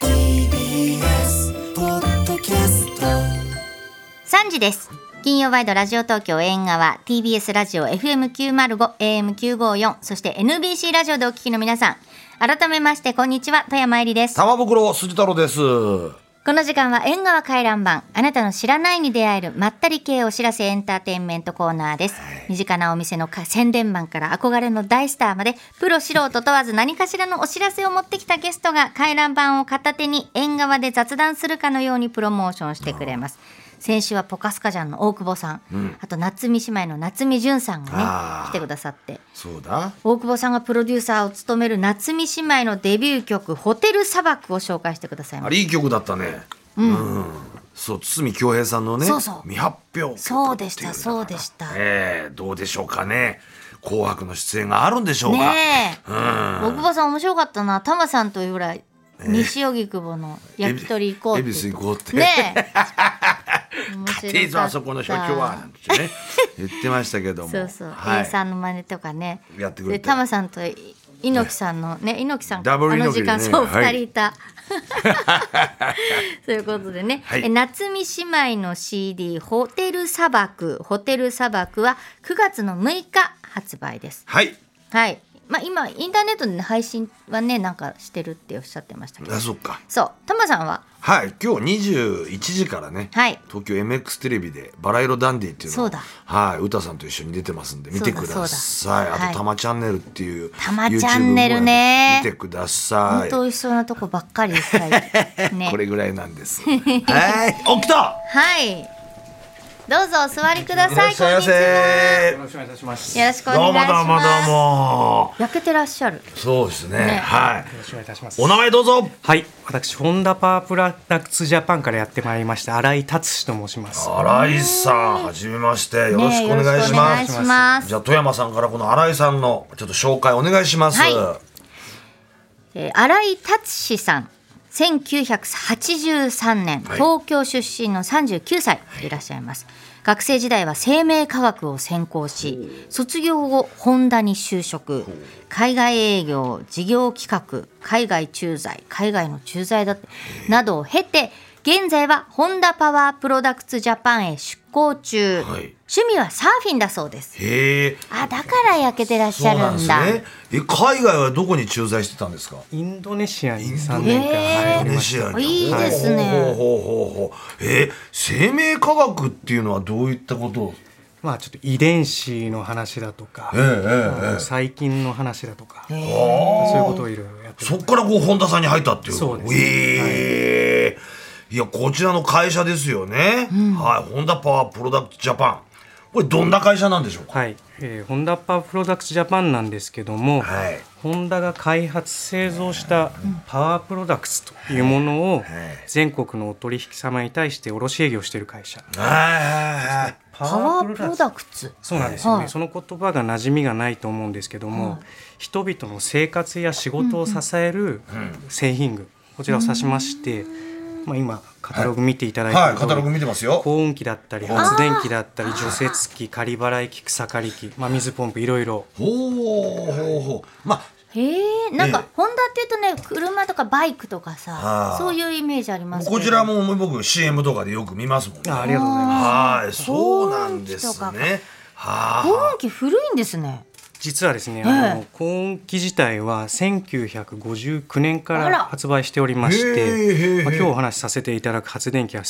TBS ポッドキャスト3時です。金曜ワイドラジオ東京縁側 TBS ラジオ FM905 AM954 そして NBC ラジオでお聞きの皆さん改めましてこんにちは富山えりです玉袋筋太郎です。この時間は縁側回覧版あなたの知らないに出会えるまったり系お知らせエンターテインメントコーナーです身近なお店のか宣伝マンから憧れの大スターまでプロ素人問わず何かしらのお知らせを持ってきたゲストが回覧版を片手に縁側で雑談するかのようにプロモーションしてくれます先週はポカスカジャンの大久保さん、あと夏美姉妹の夏美純さんがあねー来てくださってそうだ。大久保さんがプロデューサーを務める夏美姉妹のデビュー曲「ホテル砂漠」を紹介してくださいまあしたれいい曲だったね。うん。そう堤恭平さんのね。そうそう未発表曲だっていうんだかそうでしたら。そうでしたええどうでしょうかね。紅白の出演があるんでしょうか。ねえ、うん。大久保さん面白かったなタマさんというぐらい西荻窪の焼き鳥行こうエってビス言っ行こうって。てね え勝手にぞあそこの社長はなん てね言ってましたけども。そうそう、は A い。さんの真似とかねやってくれてでタマさんと猪木さんのね猪木さんダブルあの時猪木で間ねそうはい2人いた、 ということでね、はいえ夏美姉妹の CD「ホテル砂漠」「ホテル砂漠」は9月の6日発売ですはい。はいまあ今インターネットでね配信はねなんかしてるっておっしゃってましたけどあそっか。そうタマさんははい今日21時からね、はい東京 MX テレビで「バラ色ダンディ」っていうのそうだはい歌さんと一緒に出てますんで見てくだそうださいそうだあと「たまチャンネル」っていうたまチャンネルね YouTube も見てくださ本い当美味しそうなとこばっかりです最近ね これぐらいな んですはい起きたはい。どうぞお座りくだいさい。こんにちは。よろしくお願いしますよろしくおどう願いしもどます。うもどうも焼けてらっしゃる。そうですねねはいよろしくお願いいたします。お名前どうぞはい、私ホンダパワープロダクツジャパンからやってまいりました新井達志と申します。新井さんはじめましてよろしくお願いねします,、えよろしくお願いしますじゃあ富山さんからこの新井さんのちょっと紹介お願いします、はえー新井達志さん。1983年、はい東京出身の39歳でいらっしゃいます、学生時代は生命科学を専攻し卒業後ホンダに就職海外営業事業企画海外駐在海外の駐在だってなどを経て現在はホンダパワープロダクツジャパンへ出向中、はい趣味はサーフィンだそうですへえあだから焼けてらっしそゃうなんるでんすだねえ海外はどこに駐在してたんですかインドネシアに3年間インはいおドりまネしシた。アにいいですねほうほうほうほうえ生命科学っていうのはどういったことまあちょっと遺伝子の話だとか、ええええええ細菌の話だとか、そういうことをいろいろやってますそっからこう本田さんに入ったっていうそうですええいやこちらの会社ですよね、はいホンダパワープロダクトジャパンこれどんな会社なんでしょうか、はい、えーホンダパワープロダクツジャパンなんですけども、はいホンダが開発製造したパワープロダクツというものを全国のお取引様に対して卸営業している会社はいはいはいパパワープロダクツそうなんですよね、はいその言葉が馴染みがないと思うんですけども、人々の生活や仕事を支える製品群こちらを指しまして、まあ、今カタログ見ていただいてはいる通カりタログ見てますよ高温機だったり発電機だったり除雪機仮払い機草刈り機、まあ、水ポンプいろいろほうほうほうまあへえ、なんか、ええホンダっていうとね、車とかバイクとかさは、あそういうイメージありますけど。こちらも僕 CM とかでよく見ますもんねあありがとうございますはい、そうなんですね。高は音機古いんですね。実はですね、あえの高音機自体は1959年かあらら発売しておりましへーへて、ーまあ、今日お話しさせていただく発電機は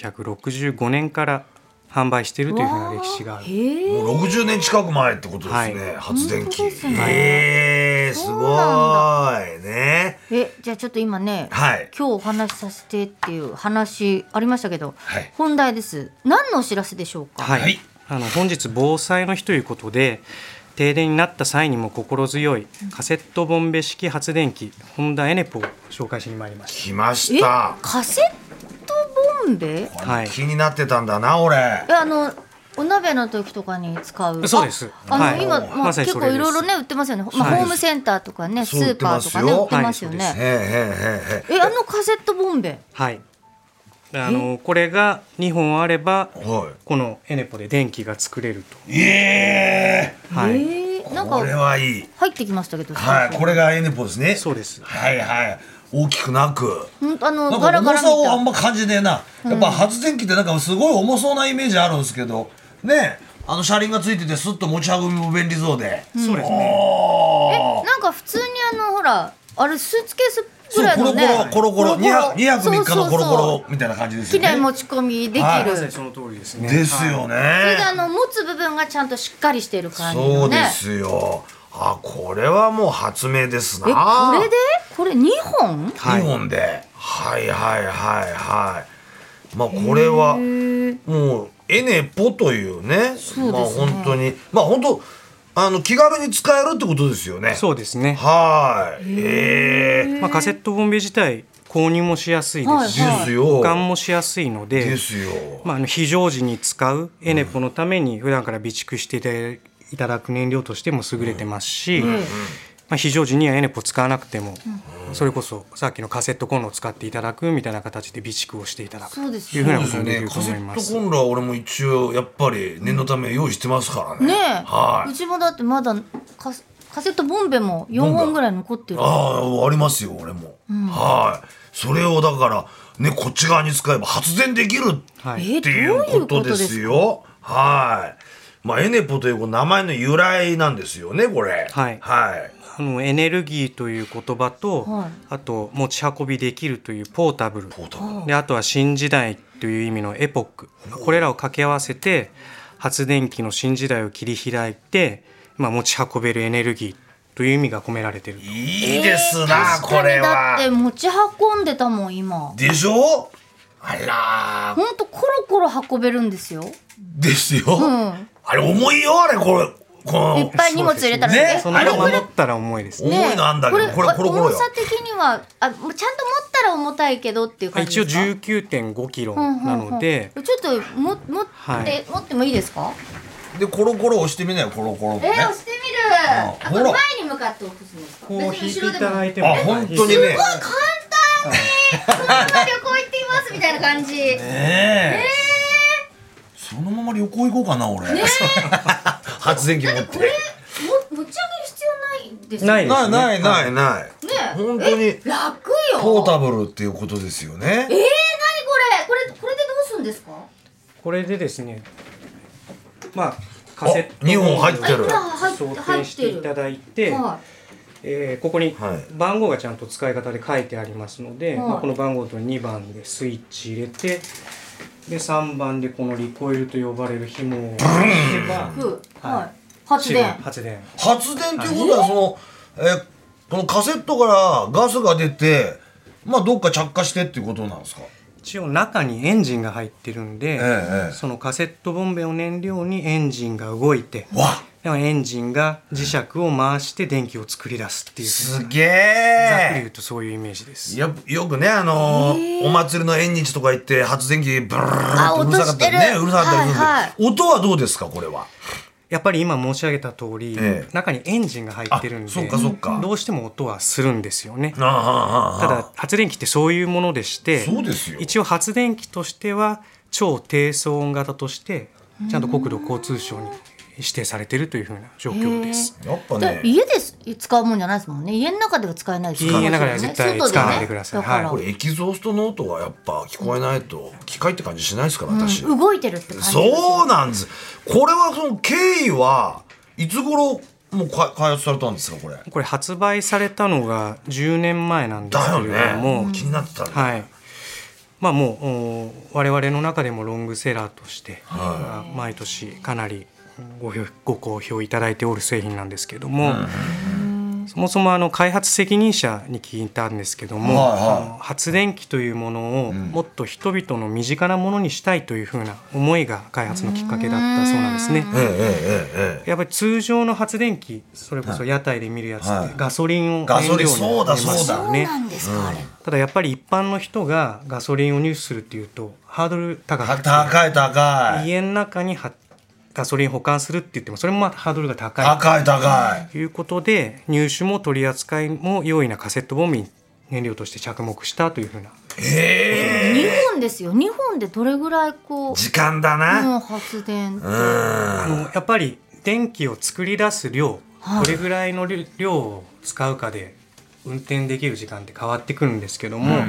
1965年から販売しているというふうな歴史があるあ、へえ、もう60年近く前ってことですね。はい発電機。本当ですねええすそうごないね。え、じゃあちょっと今ね、はい今日お話しさせてっていう話ありましたけど、はい本題です。何のお知らせでしょうか。はい、はいあの本日防災の日ということで停電になった際にも心強いカセットボンベ式発電機ホンダエネポを紹介しに参りまし来ましたカセットボンベた。はい、気になってたんだな俺えあのお鍋の時とかに使うそうですああの、はい今、まあまさに結そ構れですいろいろね売ってますよね、まあ、はいホームセンターとかねスそう売っーてパーまとすかよね売ってますよね、はいへえへえへええあのカセットボンベはい。あのこれが2本あればへえはこのエネポで電気が作れるいええと。はい。えー、なんこれかはいい入ってきましたけどはいこれがエネポですねそうですはいはい大きくなくうんあのなんガかラガ重ラみさをあたんいま感じねえな、やっぱ発電機ってなんかすごい重そうなイメージあるんですけどねえあの車輪がついててスッと持ち運びも便利そうで、そうですね。あなんか普通にあのほらあれスーツケースーぐらいのねそうコロコロコロコロ200 2泊3日のコロそうコそうそうロみたいな感じです機よね内持ち込みできる、はいまさにその通りですね。ですよね、それであの持つ部分がちゃんとしっかりしてる感じそのうでねすよあこれはもう発明ですなえこれでこれ2本はい日本ではいはいはいはいまあこれはもうエネポといううねまあですね本当にまあ本当あの気軽に使えるってことですよねそうですね。はーいええまあカセットボンベ自体購入もしやすいですし、ですよ保管もしやすいので、ですよまあ、あの非常時に使うエネポのために普段から備蓄していただいただく燃料としても優れてますし、まあ、非常時にはエネポ使わなくても、それこそさっきのカセットコンロを使っていただくみたいな形で備蓄をしていただくとそうですいようふうなこそとうがでですきよねるとカセ思いまットす。コンロは俺も一応やっぱり念のため用意してますからねねえ、はういちもだってまだカスカセットボンベも4本ぐらい残ってるああありますよ俺も、はいそれをだからねこっち側に使えば発電できるはえい、ーっていうどういうここととでですすかよ。はい。まあエネポという名前の由来なんですよねこれ。はいはい。あのエネルギーという言葉と、はいあと持ち運びできるというポータブルポータブルであとは新時代という意味のエポックこれらを掛け合わせて発電機の新時代を切り開いて、まあ、持ち運べるエネルギーという意味が込められているといいですな、確こかれにだはっ。て持ち運んでたもん今でしょあらーほんとコロコロ運べるんですよですよ。んあれ重いよあれこれこいのっぱい荷物入れたらねねそのままあれ乗ったら重いですね重いのあんだけど、えこれコロコロ重よさ。的にはあもうちゃんと持ったら重たいけどっていうまあ感じ一応ですか19.5キロうんうんうんなので、ちょっとも持って、はい持ってもいいですかでコロコロ押してみなよコロコロもえね。ー、押してみるああこれほら前に向かって押すんですかこう引いていただいてあも本当別にに後ろでもねすごい。簡単にこのまま旅行行っていますみたいな感じ、 ねえ。そのまま旅行行こうかな俺。発電機持って。も持ち上げる必要ないですよないねですないねないないない。本当にえ楽よポータブルっていうことですよねえー、なにこれこれこれでどうするんですかこれでですねまあカセットあ二本入ってるをあ装今入填っしてているただいて、はえーここにはい番号がちゃんと使い方で書いてありますのはいで、まあこの番号と2番でスイッチ入れてで3番でこのリコイルと呼ばれる紐を押せばい、ふはいはい、発電発電発電っていうことはその、えーこのカセットからガスが出てまあどっか着火してっていうことなんですか一応中にエンジンが入ってるんで、ええそのカセットボンベを燃料にエンジンが動いてわでもエンジンが磁石を回して電気を作り出すっていうざっすげくり言うえとそういうイメージですよよくねあのーお祭りの縁日とか行って発電機ブルーってうるさかったりあ音してねるうるさかったりするんですけど、はいはい音はどうですかこれはやっぱり今申し上げた通り、ええ中にエンジンが入ってるんであそっかそっかどうしても音はするんですよねああああたああだ発電機ってそういうものでしてそうですよ一応発電機としては超低騒音型としてちゃんと国土交通省に指定されているというふうな状況です。やっぱでね家です使うもんじゃないですもんね家の中では使えないですよね家の中では絶外対でね使わないでくださいだから、はこれエキゾーストの音がやっぱ聞こえないと機械って感じしないですから私、動いてるって感じそうなんです。これはその経緯はいつ頃もうか開発されたんですかこれ。これ発売されたのが10年前なんですだけよれども、ね。気になってたんだ。はい。まあもうお我々の中でもロングセラーとして、毎年かなりご評ご好評いただいておる製品なんですけども、そもそもあの開発責任者に聞いたんですけども、はいはいあの発電機というものをもっと人々の身近なものにしたいというふうな思いが開発のきっかけだったそうなんですね。ええええええやっぱり通常の発電機それこそ屋台で見るやつはっいてガソリンをガソリン燃料にそうだ入れますよそうねなんですか、あれ。ただやっぱり一般の人がガソリンを入手するっていうとハードル高たくて高い高い家の中にはガソリン保管するって言ってもそれもまたハードルが高い高い高いということで入手も取り扱いも容易なカセットボンベに燃料として着目したというふうなええ日本ですよ。日本でどれぐらいこう、時間だなの発電って。あのやっぱり電気を作り出す量どれぐらいの量量を使うかで運転できる時間って変わってくるんですけども、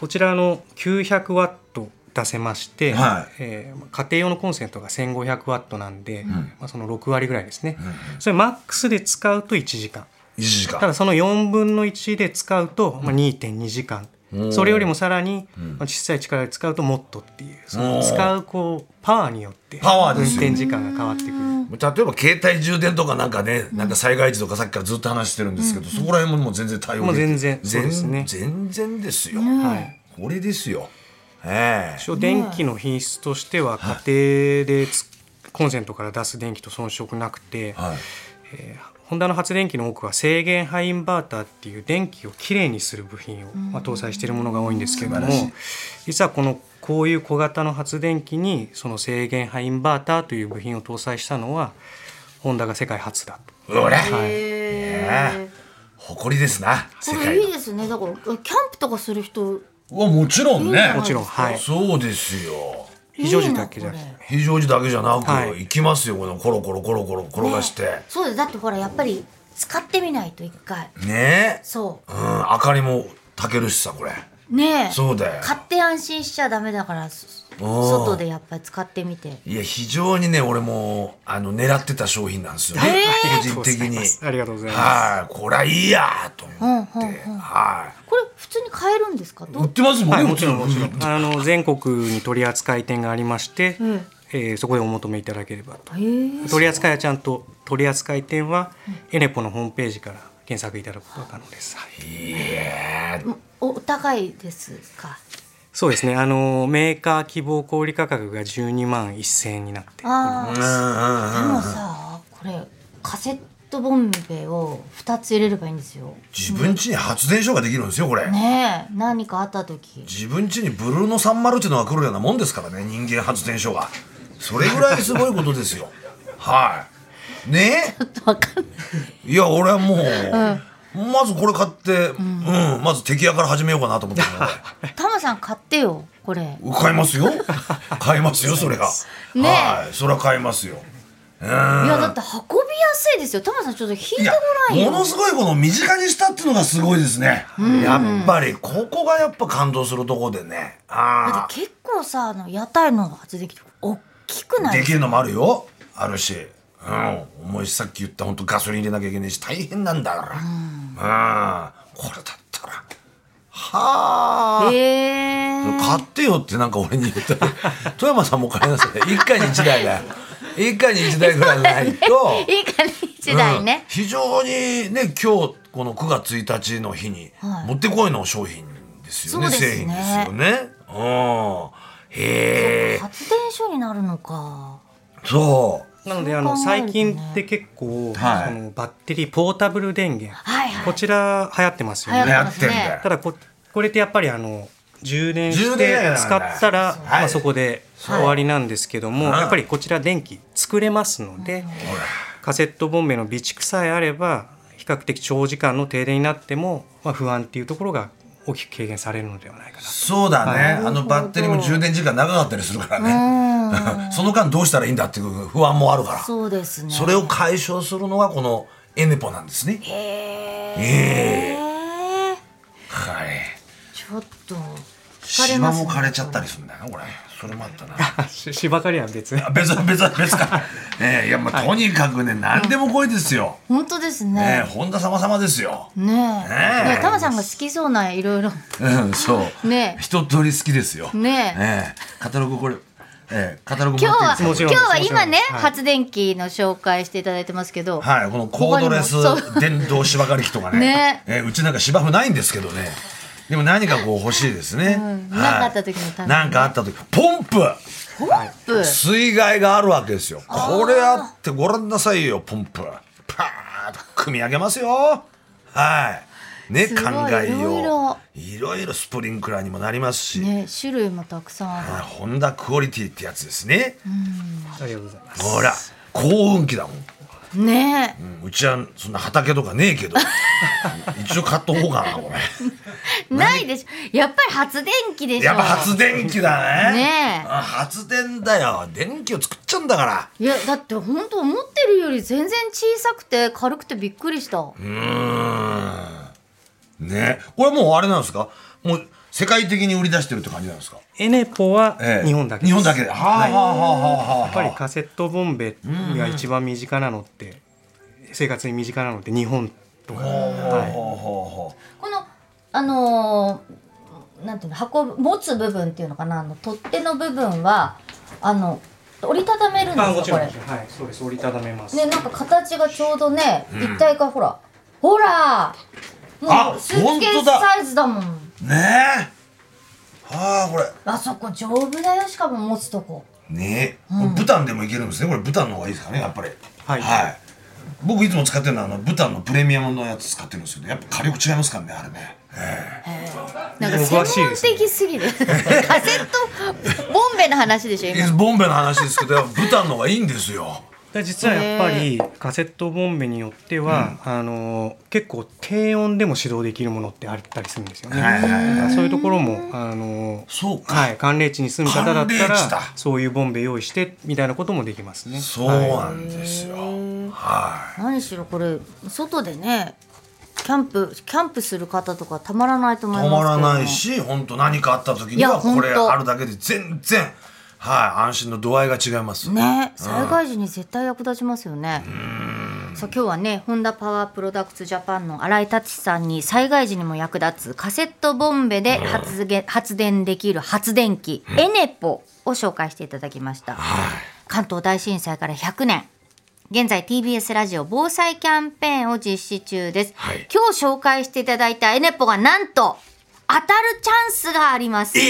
こちらの900ワット出せまして、はいえー家庭用のコンセントが1500ワットなんで、まあ、その6割ぐらいですね、それマックスで使うと1時間1時た間だその4分の1で使うと、まあ、2.2時間、それよりもさらに、まあ、小さい力で使うともっとっていうその使うこうパワーによってパワー運ですよ転時間が変わってくる。例えば携帯充電とかなんかね、なんか災害時とかさっきからずっと話してるんですけど、そこら辺ももう全然対応できもう全然そう全ですね全然ですよ、はい、これですよええ一応電気の品質としては家庭でつコンセントから出す電気と遜色なくて、はいホンダの発電機の多くは制限ハイインバーターっていう電気をきれいにする部品を、まあ、搭載しているものが多いんですけど素も晴らしい実はこのこういう小型の発電機にその制限ハイインバーターという部品を搭載したのはホンダが世界初だと。ほら、へー誇りですな世こ界れいのいですね。だから、キャンプとかする人、うわもちろんねもちろん、はい、そうですよ非常時だけじゃなくて非常時だけじゃなく、はい行きますよこのコロコロコロコロ転がしてそうです。だってほら、やっぱり使ってみないと一回。ねそえ、うん、明かりもたけるしさこれう。ねえ。そうだよ買って安心しちゃダメだから、そおー外でやっぱり使ってみて。いや非常にね俺もあの狙ってた商品なんですよ、ねありがとう個人ござ的いにますありがとうございます。はいこれはいいやと思って、はいこれ普通に買えるんですかど売っうてますもんね、はい、ももちちろんろんももちちろろん、んあの全国に取り扱い店がありまして、えーそこでお求めいただければとへー取り扱いはちゃんと取り扱い店はエネポのホームページから検索いただくことが可能です、はいおお高いですかそうですねあのメーカー希望小売価格が12万1000円になってあーうんでうんうんもさこれカセットボンベを2つ入れればいいんですよ自分家に発電所ができるんですよこれ、ねえ何かあった時自分家にブルーノ30っていうのが来るようなもんですからね人間発電所がそれぐらいすごいことで すよはいねわかんないいや俺はもう、まずこれ買って、うんまず敵屋から始めようかなと思ってるのタマさん買ってよこれ で買いますよ買いますよそりゃ、ねはいそりゃ買いますよいやだって運びやすいですよタマさんちょっと引いてもいやらえよものすごいこの身近にしたっていうのがすごいですね、やっぱりここがやっぱ感動するとこでねだあって結構さあの屋台の発電機とか大きくあないでですきかるのもあるよあるしうん重いしさっき言った本当ガソリン入れなきゃいけないし大変なんだからうん、これだったらはあ、へえ買ってよってなんか俺に言ったら 富山さんも買いなさい一家に一台だよ一家に一台ぐらいないと いい感じ時代うんね、非常にね今日この9月1日の日に、はいもってこいの商品ですよねそうですね製品ですよね。うんへえ発電所になるのかそうなのであそうの考えるとね最近って結構、はいそのバッテリーポータブル電源、はいはいこちら流行ってますよ流行ねっやってんだよただここれってやっぱりあの充電充し電なんてだ使ったらいまあ、そこで終わりなんですけども、はいやっぱりこちら電気作れますので、カセットボンベの備蓄さえあれば比較的長時間の停電になっても、まあ、不安っていうところが大きく軽減されるのではないかなそうだね、あのバッテリーも充電時間長かったりするからね その間どうしたらいいんだっていう不安もあるからそ,、そうですねれを解消するのがこのエネポなんですね。えええーはいちょっと疲れ島ますねも枯れちゃったりするんだよなこれそれもあったな。し 芝刈りは別にあ別別 別か、ええいやまあ、とにかくね何でもこいですよ。本当ですねねえ、本田様様ですよ。ねえいやタマさんが好きそうないろいろうん、そう。ねえ一通り好きですよ。ねえええカタログこれ、えええカタログも今らっ日ていいはですかも今ち日ろんは今ね、もちろんはい発電機の紹介していただいてますけど、はい、このコードレスここにもそう電動芝刈り機とかねねえーうちなんか芝生ないんですけどねでも何かこう欲しいですね、んはいなんかあった時のためになんかあった時ポンププー水害があるわけですよこれあってご覧なさいよポンプパーッと組み上げますよはいねすごい考えよういろいろいろいろスプリンクラーにもなりますし、ね、種類もたくさんある。はいホンダクオリティってやつですね、ありがとうございます。ほら幸運期だもんねうんうちはそんな畑とかねえ けど一応買っとこうかなこれないでしょ。やっぱり発電機でしょ。やっぱ発電機だねねえあ発電だよ電気を作っちゃうんだからいや、だって本当思ってるより全然小さくて軽くてびっくりした。うーんねこれもうあれなんですかもう世界的に売り出してるって感じなんですか、エネポはええ日本だけです。日本だけではあ、はあはあはあはあやっぱりカセットボンベが一番身近なのって生活に身近なのって日本とか、ほうほはうほこの、あのーなんていうの、箱、持つ部分っていうのかな、あの、取っ手の部分は、あの、折りたためるんい、あもですちか、ろこんれもち。ろんはいそうです折りたためます、ね、なんか形がちょうどね、一体化、ほら。ほらもあうスーツケー本ス当だサイズだもん。うねえはあこれあそこ丈夫だよ、しかも持つとこ。ねえ、これブタンでもいけるんですねこれブタンの方がいいですかねやっぱりはい僕いつも使ってるのはあのブタンのプレミアムのやつ使ってるんですけどやっぱ火力違いますからねあれねなんか詳し専い門ですね的すぎる。カセットボンベの話でしょ、いや今。ボンベの話ですけどやっぱブタンの方がいいんですよで実はやっぱりカセットボンベによっては、あの結構低音でも指導できるものってあったりするんですよね、はいはいはいだからそういうところもあのそうかはい、寒冷地に住む方だっ寒た冷ら地だそういうボンベ用意してみたいなこともできますねそうはいなんですよ は何しろこれ外でねキャンプキャンプする方とかたまらないと思いい止まますけど、らね、ないし本当何かあった時にいはや本当これあるだけで全然はい安心の度合いが違いますね災害時に絶対役立ちますよねさあ今日はねホンダパワープロダクツジャパンの新井達志さんに災害時にも役立つカセットボンベで発げ発電できる発電機、エネポを紹介していただきました、関東大震災から100年現在 TBS ラジオ防災キャンペーンを実施中です、はい今日紹介していただいたエネポがなんと当たるチャンスがありますえ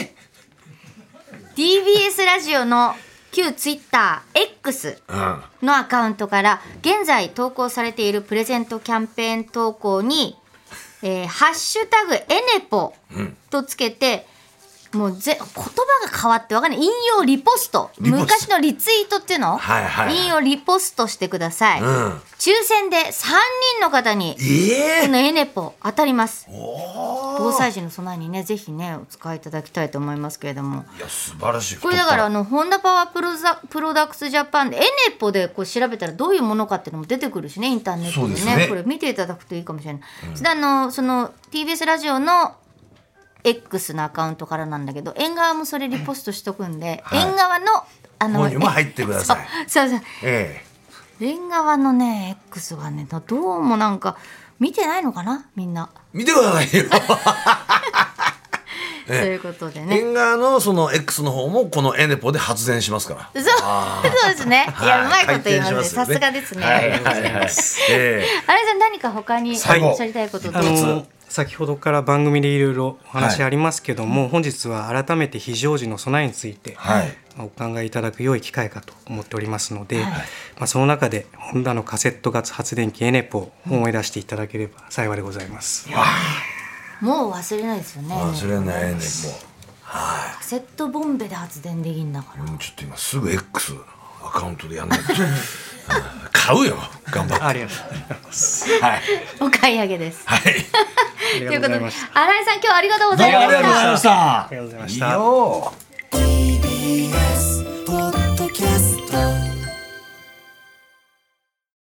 え TBS ラジオの旧ツイッター X うんのアカウントから現在投稿されているプレゼントキャンペーン投稿に「えーハッシュタグエネポ」とつけて、もうぜ言葉が変わってわかんない引用リポストリポスト昔のリツイートっていうの、はいはいはい引用リポストしてください、ん抽選で3人の方にえこえのエネポ当たりますおー防災時の備えにねぜひねお使いいただきたいと思いますけれどもいや素晴らしいこれだからあのホンダパワープロザプロダクツジャパンでエネポでこう調べたらどういうものかっていうのも出てくるしねインターネットでねそうですねこれ見ていただくといいかもしれない。それであのその TBS ラジオの X のアカウントからなんだけど縁側もそれリポストしとくんで、はい縁側のあの方にも入ってくださいそうそうえ縁側のね X がねどうもなんか見てないのかなみんな、え見てください よええということでね。縁側のその X の方もこのエネポで発電しますかそらうそうですね。いや、うまいこと言いますはね。回さ転すがですしまね。はいはありがとうございいはいまえす え 新井さん何か他に最後おっしゃりたいことってあ一つの先ほどから番組でいろいろお話ありますけども、本日は改めて非常時の備えについて、はいまあお考えいただく良い機会かと思っておりますので、まあ、その中でホンダのカセットガス発電機エネポを思い出していただければ幸いでございます。もう忘れないですよね。忘れないエネカセットボンベで発電できんだから。ポもうちょっと今すぐ X アカウントでやんない とうん買うよ頑張ってありがとうございはいお買い上げです。 はいとあいりうがとこうごとざいで、新井ましさん今日はありがとうございましありがとうございましたありがとうございいまいしたよ